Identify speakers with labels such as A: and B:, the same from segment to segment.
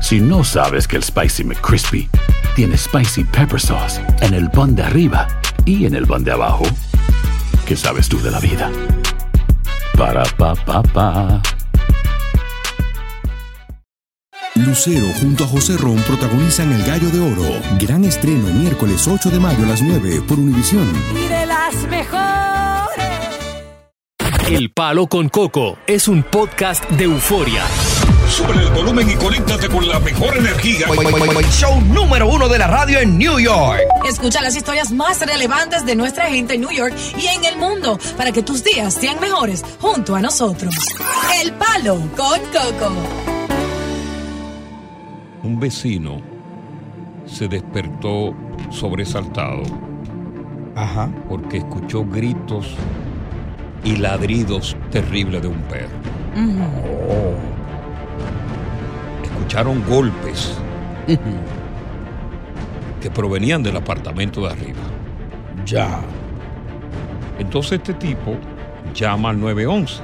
A: Si no sabes que el Spicy McCrispy tiene Spicy Pepper Sauce en el pan de arriba y en el pan de abajo, ¿qué sabes tú de la vida? Para, pa, pa, pa.
B: Lucero junto a José Ron protagonizan El Gallo de Oro. Gran estreno miércoles 8 de mayo a las 9 por Univisión.
C: Y de las mejores.
D: El Palo con Coco es un podcast de euforia.
E: Sube el volumen y conéctate con la mejor energía.
F: Show número uno de la radio en New York.
G: Escucha las historias más relevantes de nuestra gente en New York y en el mundo para que tus días sean mejores junto a nosotros. El Palo con Coco.
H: Un vecino se despertó sobresaltado
F: Ajá.
H: porque escuchó gritos y ladridos terribles de un perro. Oh. Escucharon golpes que provenían del apartamento de arriba.
F: Ya.
H: Entonces este tipo llama al 911.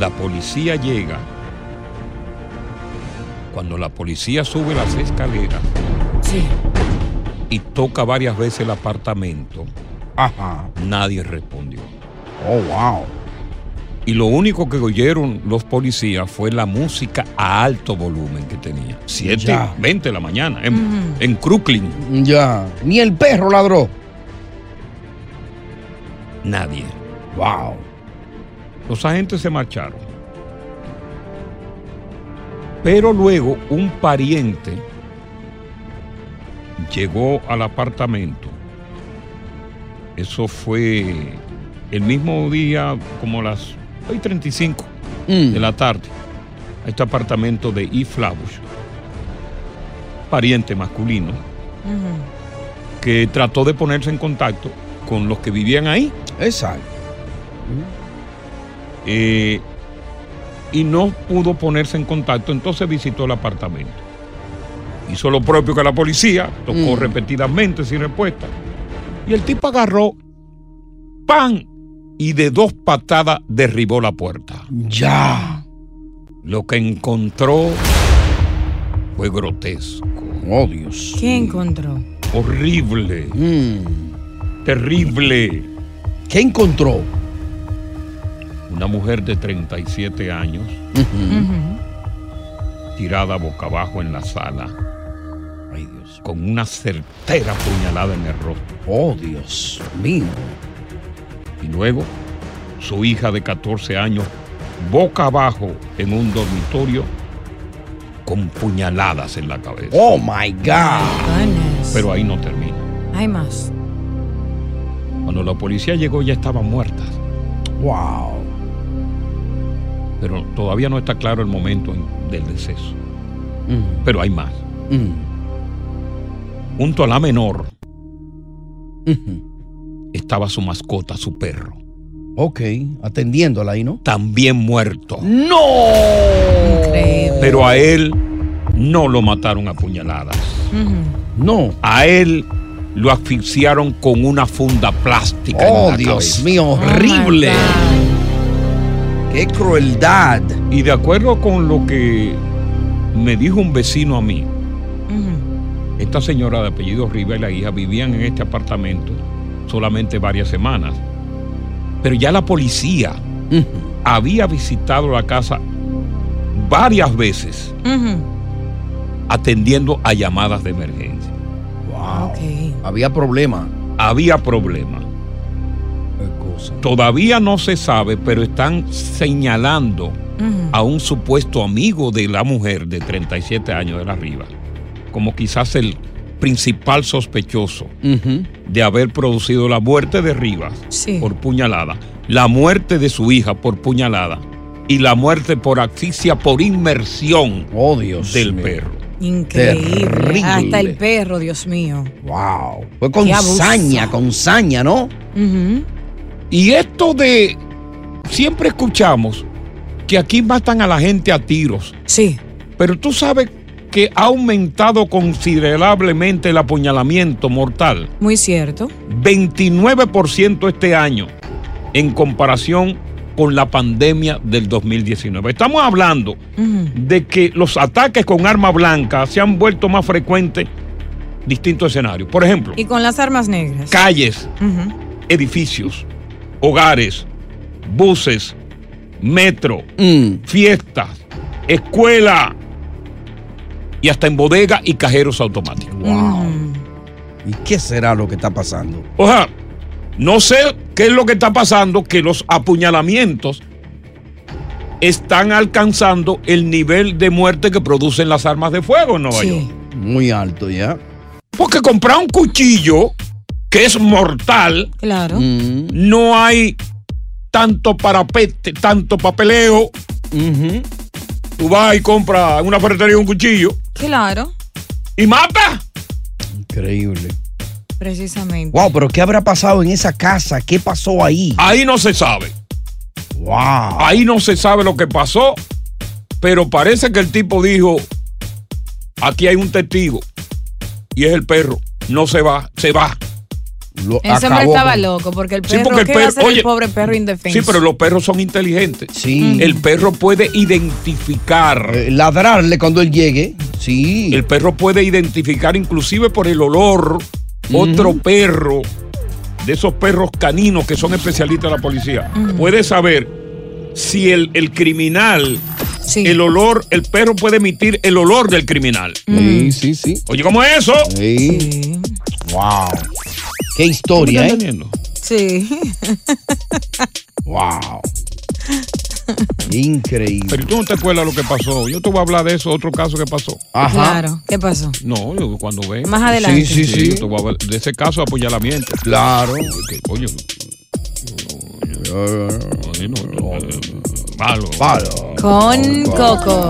H: La policía llega. Cuando la policía sube las escaleras
G: Sí.
H: y toca varias veces el apartamento,
F: Ajá.
H: nadie respondió.
F: Oh, wow.
H: Y lo único que oyeron los policías fue la música a alto volumen que tenía. 7,
F: Ya.
H: 20 de la mañana, en, en Crooklyn.
F: Ya. Ni el perro ladró.
H: Nadie.
F: Wow.
H: Los agentes se marcharon. Pero luego un pariente llegó al apartamento. Eso fue el mismo día, como las 8.35 de la tarde, a este apartamento de E. Flabush. Pariente masculino que trató de ponerse en contacto con los que vivían ahí
F: Exacto.
H: eh, y no pudo ponerse en contacto, entonces visitó el apartamento. Hizo lo propio que la policía,
F: Mm.
H: tocó repetidamente sin respuesta. Y el tipo agarró, ¡pam! Y de dos patadas derribó la puerta.
F: Ya.
H: Lo que encontró fue grotesco,
F: Oh, Dios.
G: ¿Qué encontró?
H: horrible,
F: Mm.
H: terrible.
F: ¿Qué encontró?
H: Una mujer de 37 años, tirada boca abajo en la sala.
F: Ay, Dios.
H: con una certera puñalada en el rostro.
F: Oh, Dios mío.
H: Y luego, su hija de 14 años, boca abajo en un dormitorio, con puñaladas en la cabeza.
F: Oh, my God.
H: Pero ahí no termina.
G: Hay más.
H: Cuando la policía llegó ya estaban muertas,
F: Wow.
H: pero todavía no está claro el momento en- del deceso.
F: Mm.
H: Pero hay más.
F: Mm.
H: Junto a la menor
F: Ujú.
H: estaba su mascota, su perro,
F: Ok. Atendiéndola ahí, ¿no?
H: también muerto.
F: ¡No!
G: Increíble.
H: Pero a él no lo mataron a puñaladas.
F: No.
H: A él lo asfixiaron con una funda plástica en
F: Oh,
H: la
F: Dios
H: cabeza.
F: mío, horrible.
G: Oh
F: Qué crueldad.
H: Y de acuerdo con lo que me dijo un vecino a mí, esta señora de apellido Rivera y la hija vivían en este apartamento solamente varias semanas. Pero ya la policía había visitado la casa varias veces atendiendo a llamadas de emergencia.
F: Wow.
G: Ok.
F: Había problema.
H: Había problemas. Todavía no se sabe, pero están señalando
F: Ah,
H: a un supuesto amigo de la mujer de 37 años de la Riva como quizás el principal sospechoso
F: Ujú.
H: de haber producido la muerte de Rivas
G: Sí.
H: por puñalada, la muerte de su hija por puñalada y la muerte por asfixia por inmersión
F: Oh, Dios.
H: del
F: mío.
H: perro.
G: Increíble.
F: Terrible.
G: Hasta el perro, Dios mío.
F: Wow. Fue con
G: Qué abuso.
F: saña, con saña, ¿no?
G: Ujú.
H: Y esto de siempre escuchamos que aquí matan a la gente a tiros.
G: Sí.
H: Pero tú sabes que ha aumentado considerablemente el apuñalamiento mortal.
G: Muy cierto.
H: 29% este año en comparación con la pandemia del 2019. Estamos hablando
I: Ujú.
H: de que los ataques con arma blanca se han vuelto más frecuentes en distintos escenarios. Por ejemplo,
I: Y con las armas negras.
H: calles,
I: Ujú.
H: edificios, hogares, buses, metro,
J: Mm.
H: fiestas, escuela y hasta en bodega y cajeros automáticos.
J: Wow.
I: Ujú.
J: ¿Y qué será lo que está pasando?
H: O sea, no sé qué es lo que está pasando, que los apuñalamientos están alcanzando el nivel de muerte que producen las armas de fuego en Nueva York.
I: Sí.
J: Muy alto ya.
H: Porque comprar un cuchillo que es mortal,
I: Claro.
J: Mm.
H: no hay tanto parapete, tanto papeleo.
J: Ujú.
H: Tú vas y compras en una ferretería un cuchillo
I: Claro.
H: y mata.
J: Increíble.
I: Precisamente.
J: Wow, pero ¿qué habrá pasado en esa casa? ¿Qué pasó ahí?
H: Ahí no se sabe.
J: Wow.
H: Ahí no se sabe lo que pasó, pero parece que el tipo dijo, aquí hay un testigo y es el perro, no se va, se va.
J: Lo
I: Ese hombre
J: acabó
I: estaba
J: con-
I: loco porque el
H: Sí,
I: perro,
H: porque el
I: ¿qué va a
H: perro-
I: hacer
H: oye,
I: el pobre perro indefenso?
H: Sí, pero los perros son inteligentes.
I: Mm.
J: Sí.
H: El perro puede identificar,
J: Eh, Ladrarle cuando él llegue. Sí.
H: el perro puede identificar inclusive por el olor otro perro de esos perros caninos que son especialistas de la policía. Puede saber si el, el criminal,
I: Sí.
H: el olor, el perro puede emitir el olor del criminal.
I: Mm.
J: Sí, sí, sí.
H: Oye, ¿cómo es eso?
J: Sí.
I: Sí.
J: Wow. Qué
H: ¿Tú me
J: historia,
H: estás
J: ¿eh?
H: entendiendo?
I: Sí.
J: Wow. Increíble.
H: Pero tú no te acuerdas lo que pasó. Yo te voy a hablar de eso, otro caso que pasó.
J: Ajá.
I: Claro. ¿Qué pasó?
H: No, yo cuando ve.
I: Más
J: Sí,
I: adelante.
J: sí,
H: Sí, yo
J: sí.
H: te voy a hablar de ese caso de apuñalamiento.
J: Claro.
H: Porque, coño, coño, no, eh, malo.
J: Palo.
I: Con Coco.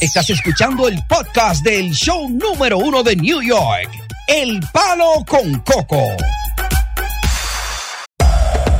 J: Estás escuchando el podcast del show número uno de New York. El palo con coco.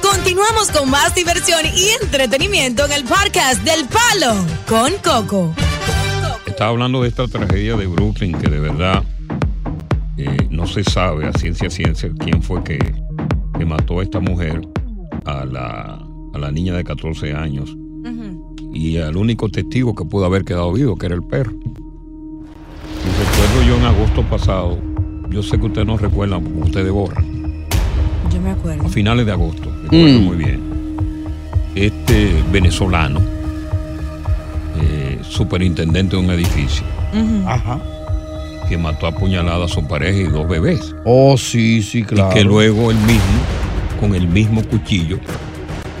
I: Continuamos con más diversión y entretenimiento en el podcast del Palo con Coco.
H: Estaba hablando de esta tragedia de Brooklyn que de verdad eh, no se sabe a ciencia ciencia quién fue que, que mató a esta mujer, a la, a la niña de 14 años y al único testigo que pudo haber quedado vivo, que era el perro. Y recuerdo yo en agosto pasado, yo sé que ustedes no recuerdan, porque ustedes borran,
I: Yo me
H: a
I: acuerdo.
H: finales de agosto, recuerdo
J: Mm.
H: muy bien, este venezolano, eh, superintendente de un edificio,
I: Mm.
J: Ajá.
H: que mató a puñalada a su pareja y dos bebés.
J: Oh, sí, sí, claro.
H: Y que luego él mismo, con el mismo cuchillo,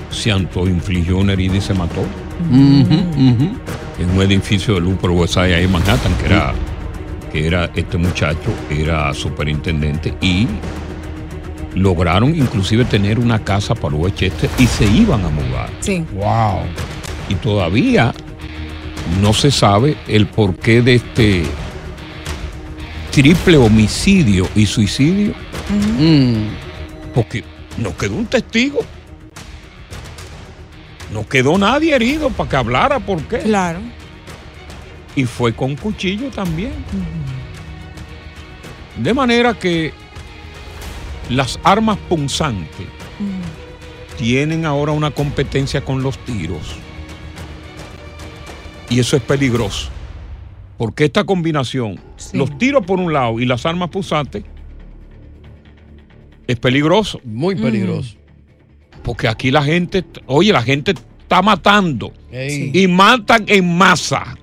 H: se autoinfligió una herida y se mató.
J: Ujú, ujú.
H: En un edificio del Upper West Side ahí en Manhattan, que era, que era este muchacho, era superintendente y lograron inclusive tener una casa para Westchester y se iban a mudar.
I: Sí.
J: Wow.
H: Y todavía no se sabe el porqué de este triple homicidio y suicidio
J: Mm.
H: Porque no quedó un testigo. No quedó nadie herido para que hablara por qué.
I: Claro.
H: Y fue con cuchillo también. De manera que las armas punzantes tienen ahora una competencia con los tiros. Y eso es peligroso. Porque esta combinación,
I: Sí.
H: los tiros por un lado y las armas punzantes, es peligroso.
J: Muy peligroso.
H: Porque aquí la gente, oye, la gente está matando
J: Ey.
H: y matan en masa.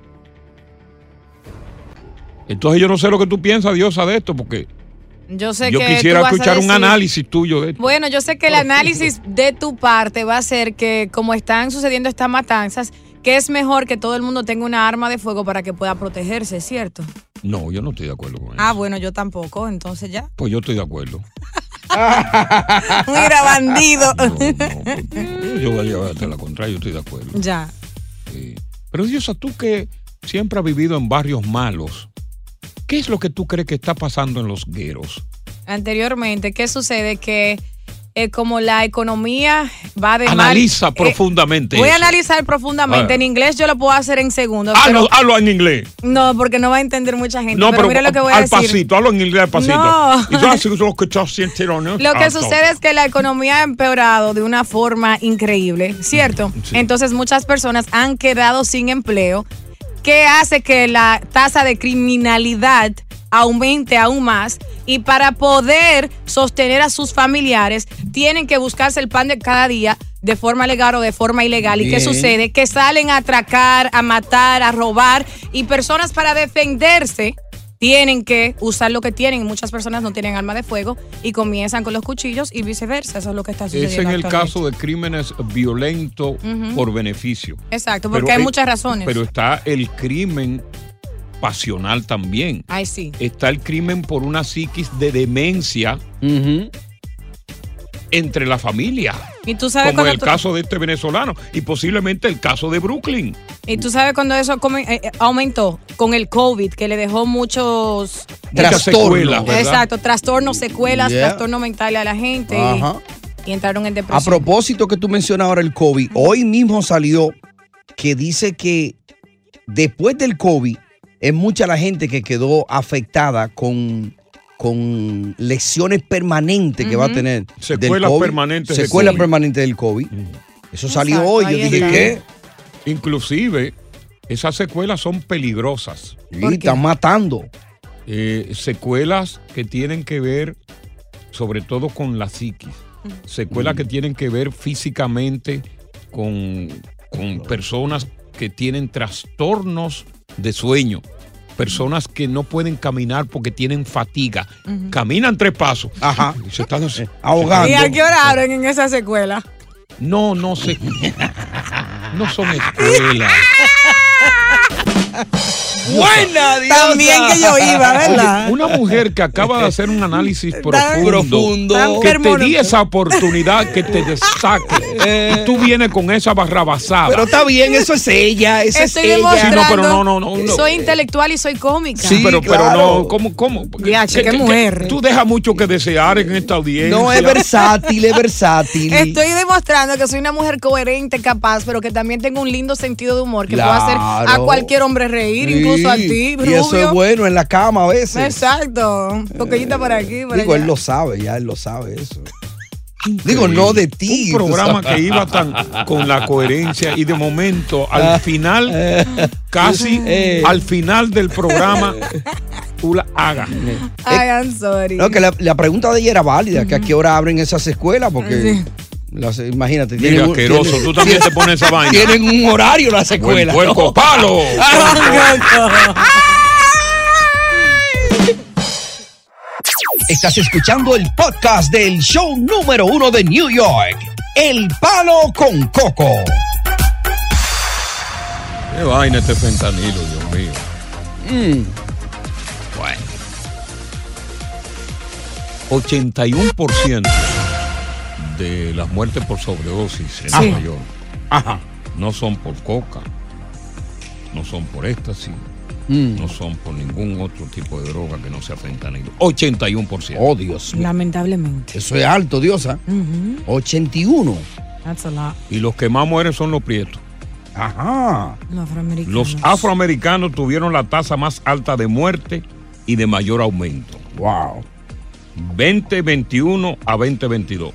H: Entonces yo no sé lo que tú piensas, Diosa, de esto, porque
I: Yo sé
H: yo
I: que
H: quisiera
I: tú vas a
H: escuchar un
I: decir-
H: análisis tuyo de esto.
I: Bueno, yo sé que el análisis de tu parte va a ser que como están sucediendo estas matanzas, que es mejor que todo el mundo tenga una arma de fuego para que pueda protegerse, ¿cierto?
H: No, yo no estoy de acuerdo con eso.
I: Ah, bueno, yo tampoco, entonces ya.
H: Pues yo estoy de acuerdo.
I: Mira, bandido.
H: Yo voy a llevar hasta la contraria, yo estoy de acuerdo.
I: ya.
H: Pero Diosa, tú que siempre has vivido en barrios malos, ¿qué es lo que tú crees que está pasando en los gueros?
I: Anteriormente, ¿qué sucede? Que eh, como la economía va de mal-
H: Analiza
I: eh,
H: profundamente.
I: Voy a
H: eso.
I: analizar profundamente.
H: Ah.
I: En inglés yo lo puedo hacer en segundos. pero-
H: Hazlo, hazlo en inglés.
I: No, porque no va a entender mucha gente.
H: No, pero,
I: mira lo que voy a
H: al
I: decir.
H: pasito, hazlo en inglés al pasito.
I: No.
H: Y tú haces lo que estás sintiendo, ¿no?
I: Lo
H: Ah,
I: que sucede es que la economía ha empeorado de una forma increíble,
H: Mm,
I: ¿cierto? Entonces muchas personas han quedado sin empleo, que hace que la tasa de criminalidad aumente aún más y para poder sostener a sus familiares tienen que buscarse el pan de cada día de forma legal o de forma ilegal. ¿Y qué
K: Bien.
I: sucede? Que salen a atracar, a matar, a robar y personas para defenderse tienen que usar lo que tienen. Muchas personas no tienen arma de fuego y comienzan con los cuchillos y viceversa. Eso es lo que está sucediendo.
H: Es en el
I: actualmente.
H: caso de crímenes violentos
I: Ujú.
H: por beneficio.
I: Exacto, porque
H: Pero
I: hay
H: es-
I: muchas razones.
H: Pero está el crimen pasional también.
I: Ay, sí.
H: Está el crimen por una psiquis de demencia
I: Mm.
H: entre la familia.
I: Y tú sabes
H: Como en
I: cuando
H: el
I: tú-
H: caso de este venezolano y posiblemente el caso de Brooklyn.
I: Y tú sabes cuando eso come- eh, eh, aumentó con el COVID, que le dejó muchos
H: Muchas
I: Eh,
H: secuelas, ¿verdad?
I: Exacto, trastornos, secuelas,
J: Ah, Yeah.
I: trastorno mental a la gente y-
J: Ajá.
I: y, entraron en
J: A
I: depresión.
J: propósito que tú mencionas ahora el COVID, hoy mismo salió que dice que después del COVID es mucha la gente que quedó afectada con, con lesiones permanentes que va a
H: Ujú.
J: tener.
H: Secuelas permanentes del
J: Secuelas
H: COVID.
J: permanentes del COVID. Eso salió
H: Exacto,
J: hoy.
H: ahí
J: Yo dije,
H: está.
J: ¿qué?
H: Inclusive, esas secuelas son peligrosas.
J: Y están matando.
H: Eh, secuelas que tienen que ver sobre todo con la psiquis. Secuelas que tienen que ver físicamente con, con personas que tienen trastornos de sueño. Personas que no pueden caminar porque tienen fatiga.
I: Ujú.
H: Caminan tres pasos.
C: Ah,
H: Ah, eh,
J: Ajá.
H: Se están se-
I: ¿Y
H: ahogando.
I: a qué hora abren en esa secuela?
H: No, no sé. No son escuelas.
C: Buena, Diosa. También que yo iba, ¿verdad?
H: Oye, una mujer que acaba de hacer un análisis
C: Tan-
H: profundo,
C: profundo.
H: que te
C: Tan
H: di esa oportunidad que te destaque y tú vienes con esa barrabasada.
J: Pero está bien, eso es ella, eso
I: Estoy
H: Sí, no,
I: demostrando
H: pero no, no, no, no.
I: soy intelectual y soy cómica.
H: Sí, pero, pero no, ¿cómo? cómo?
I: Diache, qué mujer.
H: tú dejas mucho que desear en esta audiencia.
J: No, es versátil, es versátil.
I: Estoy demostrando que soy una mujer coherente, capaz, pero que también tengo un lindo sentido de humor que puedo hacer a
J: Claro.
I: cualquier hombre reír,
J: Sí,
I: incluso a ti,
J: Y
I: Rubio.
J: eso es bueno en la cama a veces.
I: Exacto. Toquillita para aquí, para
J: Digo,
I: allá.
J: él lo sabe, ya él lo sabe eso. Digo, no de ti.
H: Un programa
J: tú sabes.
H: que iba tan con la coherencia y de momento al final, casi al final del programa, tú la hagas.
I: Ay, I'm sorry.
J: Eh, No, que la, la pregunta de ella era válida, que a qué hora abren esas escuelas, porque las- imagínate,
H: Mira,
J: un-
H: asqueroso,
J: tienen-
H: tú también te pones esa vaina.
J: Tienen un horario las
H: Buen
J: escuelas.
H: puerco,
J: ¿no?
H: palo.
F: Estás escuchando el podcast del show número uno de New York, El Palo con Coco.
H: Qué vaina este fentanilo, Dios mío. Bueno. 81% de las muertes por sobredosis en
L: Sí.
H: Nueva York no son por coca, no son por éxtasis, no son por ningún otro tipo de droga que no sea fentanilo. 81%.
J: Oh, Dios mío.
I: Lamentablemente.
J: Eso es alto, ¿ah? diosa. 81.
I: That's a lot.
H: Y los que más mueren son los prietos.
J: Ajá.
I: Los afroamericanos.
H: Los afroamericanos tuvieron la tasa más alta de muerte y de mayor aumento.
J: Wow.
H: 2021 a 2022.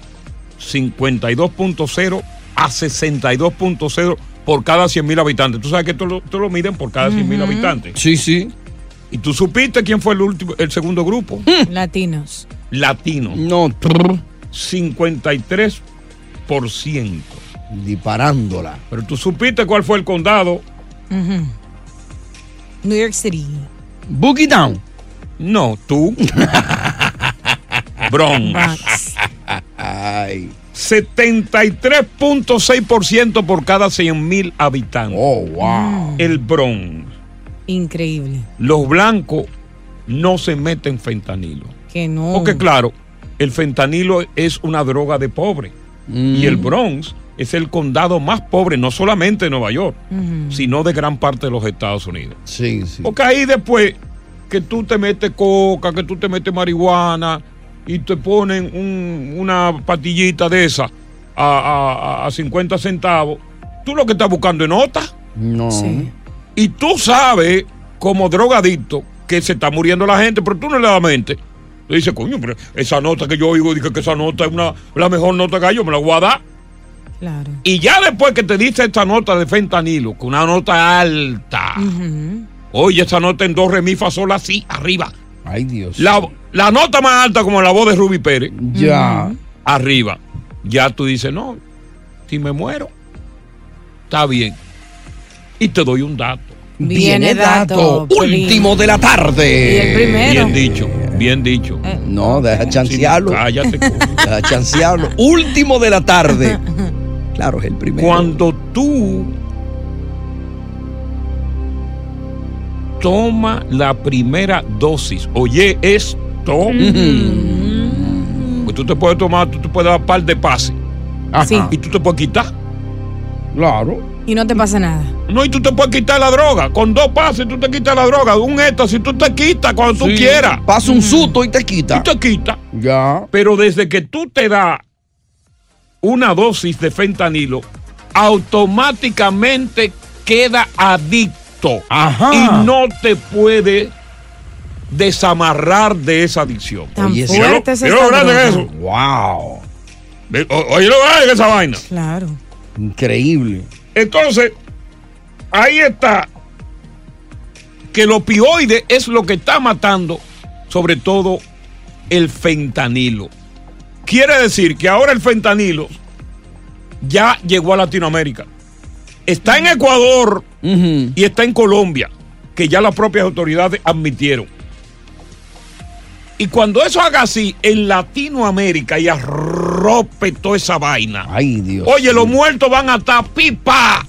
H: 52.0 a 62.0 por cada 100.000 habitantes. Tú sabes que tú lo, tú lo miden por cada 100.000
I: Ujú.
H: habitantes.
J: Sí, sí.
H: ¿Y tú supiste quién fue el último, el segundo grupo?
J: Mm.
I: Latinos.
H: Latino.
J: No.
H: 53%.
J: Disparándola.
H: Pero tú supiste cuál fue el condado
I: Ujú. New York City.
J: Boogie Down.
H: No, tú. Bronx.
J: Mm. Bronx. Ay.
H: 73.6% por cada 100.000 habitantes.
J: Oh, wow.
H: El Bronx.
I: Increíble.
H: Los blancos no se meten fentanilo.
I: Que no.
H: Porque claro, el fentanilo es una droga de pobre. Y el Bronx es el condado más pobre, no solamente de Nueva York, sino de gran parte de los Estados Unidos.
J: Sí, sí.
H: Porque ahí después que tú te metes coca, que tú te metes marihuana y te ponen un- una patillita de esa a, a- a 50 centavos, tú lo que estás buscando es nota.
J: No.
H: Y tú sabes, como drogadicto, que se está muriendo la gente, pero tú no le das mente. Tú dices, coño, pero esa nota que yo oigo, dije que esa nota es una, la mejor nota que hay, yo me la voy a dar.
I: Claro.
H: Y ya después que te dice esta nota de fentanilo, que una nota alta, oye, esa nota en dos remifas sola así, arriba.
J: Ay, Dios.
H: La, la nota más alta como la voz de Ruby Pérez.
J: Ya.
H: Arriba. Ya tú dices, no, si me muero, está bien. Y te doy un dato.
J: Viene dato. Último de la tarde.
I: Y el primero.
H: Bien dicho, bien dicho.
J: No, deja chancearlo.
H: cállate.
J: deja chancearlo. Último de la tarde. Claro, es el primero.
H: Cuando tú toma la primera dosis, oye esto, pues tú te puedes tomar, tú te puedes dar par de pases.
I: Sí.
H: Y tú te puedes quitar.
J: Claro.
I: Y no te pasa nada.
H: No, y tú te puedes quitar la droga. Con dos pases tú te quitas la droga. Un éxtasis tú te quitas cuando tú
J: Sí.
H: quieras.
J: Pasa un susto y te quita.
H: Y te quita.
J: Ya.
H: Pero desde que tú te das una dosis de fentanilo, automáticamente queda adicto.
J: Ajá.
H: Y no te puede desamarrar de esa adicción.
I: Tan
H: Oye,
I: fuerte
H: míralo,
I: es
H: mira lo
I: esta
H: grande que es
I: droga.
H: eso.
J: Wow.
H: Ve- o- Oye, lo grande que es esa vaina.
I: Claro.
J: Increíble.
H: Entonces, ahí está que el opioide es lo que está matando, sobre todo el fentanilo. Quiere decir que ahora el fentanilo ya llegó a Latinoamérica. Está en Ecuador y está en Colombia, que ya las propias autoridades admitieron. Y cuando eso haga así en Latinoamérica y arrope toda esa vaina.
J: Ay, Dios.
H: Oye, los muertos van a estar pipa.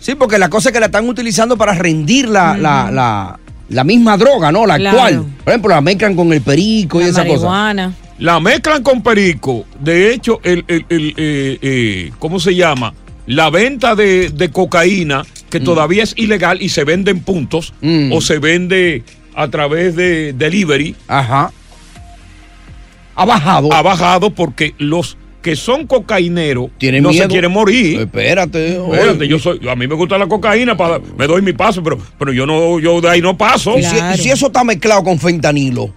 J: Sí, porque la cosa es que la están utilizando para rendir la, la, la, la misma droga, ¿no? La
I: Claro.
J: actual. Por ejemplo, la mezclan con el perico y
I: La
J: esa cosa.
I: marihuana.
H: La mezclan con perico. De hecho, el, el- el, eh, eh, ¿cómo se llama? La venta de, de cocaína, que todavía es ilegal y se vende en puntos
J: Mm.
H: o se vende a través de delivery,
J: Ajá. Ha bajado.
H: ha bajado porque los que son cocaineros
J: Tienen
H: no se
J: miedo.
H: quieren morir.
J: Espérate. oye.
H: Espérate, yo soy, a mí me gusta la cocaína, para, me doy mi paso, pero, pero yo no, yo de ahí no paso.
J: Y si, y si eso está mezclado con fentanilo.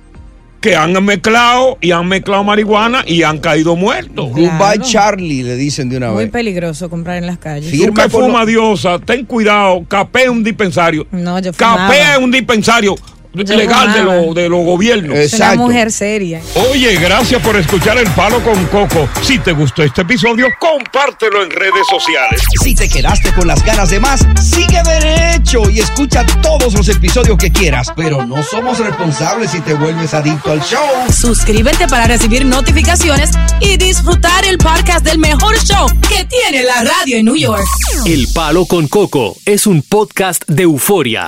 H: Que han mezclado y han mezclado marihuana y han caído muertos.
J: Goodbye, Charlie, le dicen de una
I: Muy
J: vez.
I: peligroso comprar en las calles.
J: Sí.
H: Tú
J: Firma
H: que
J: por lo-
H: fuma diosa, ten cuidado, capea un dispensario.
I: No, yo fumaba.
H: Capea un dispensario
I: Yo
H: legal de,
I: fumaba.
H: los- de los gobiernos.
J: Eh.
I: Es una
J: Exacto.
I: mujer seria.
H: Oye, gracias por escuchar El Palo con Coco. Si te gustó este episodio, compártelo en redes sociales.
J: Si te quedaste con las ganas de más, sigue derecho y escucha todos los episodios que quieras. Pero no somos responsables si te vuelves adicto al show.
G: Suscríbete para recibir notificaciones y disfrutar el podcast del mejor show que tiene la radio en New York.
D: El Palo con Coco es un podcast de euforia.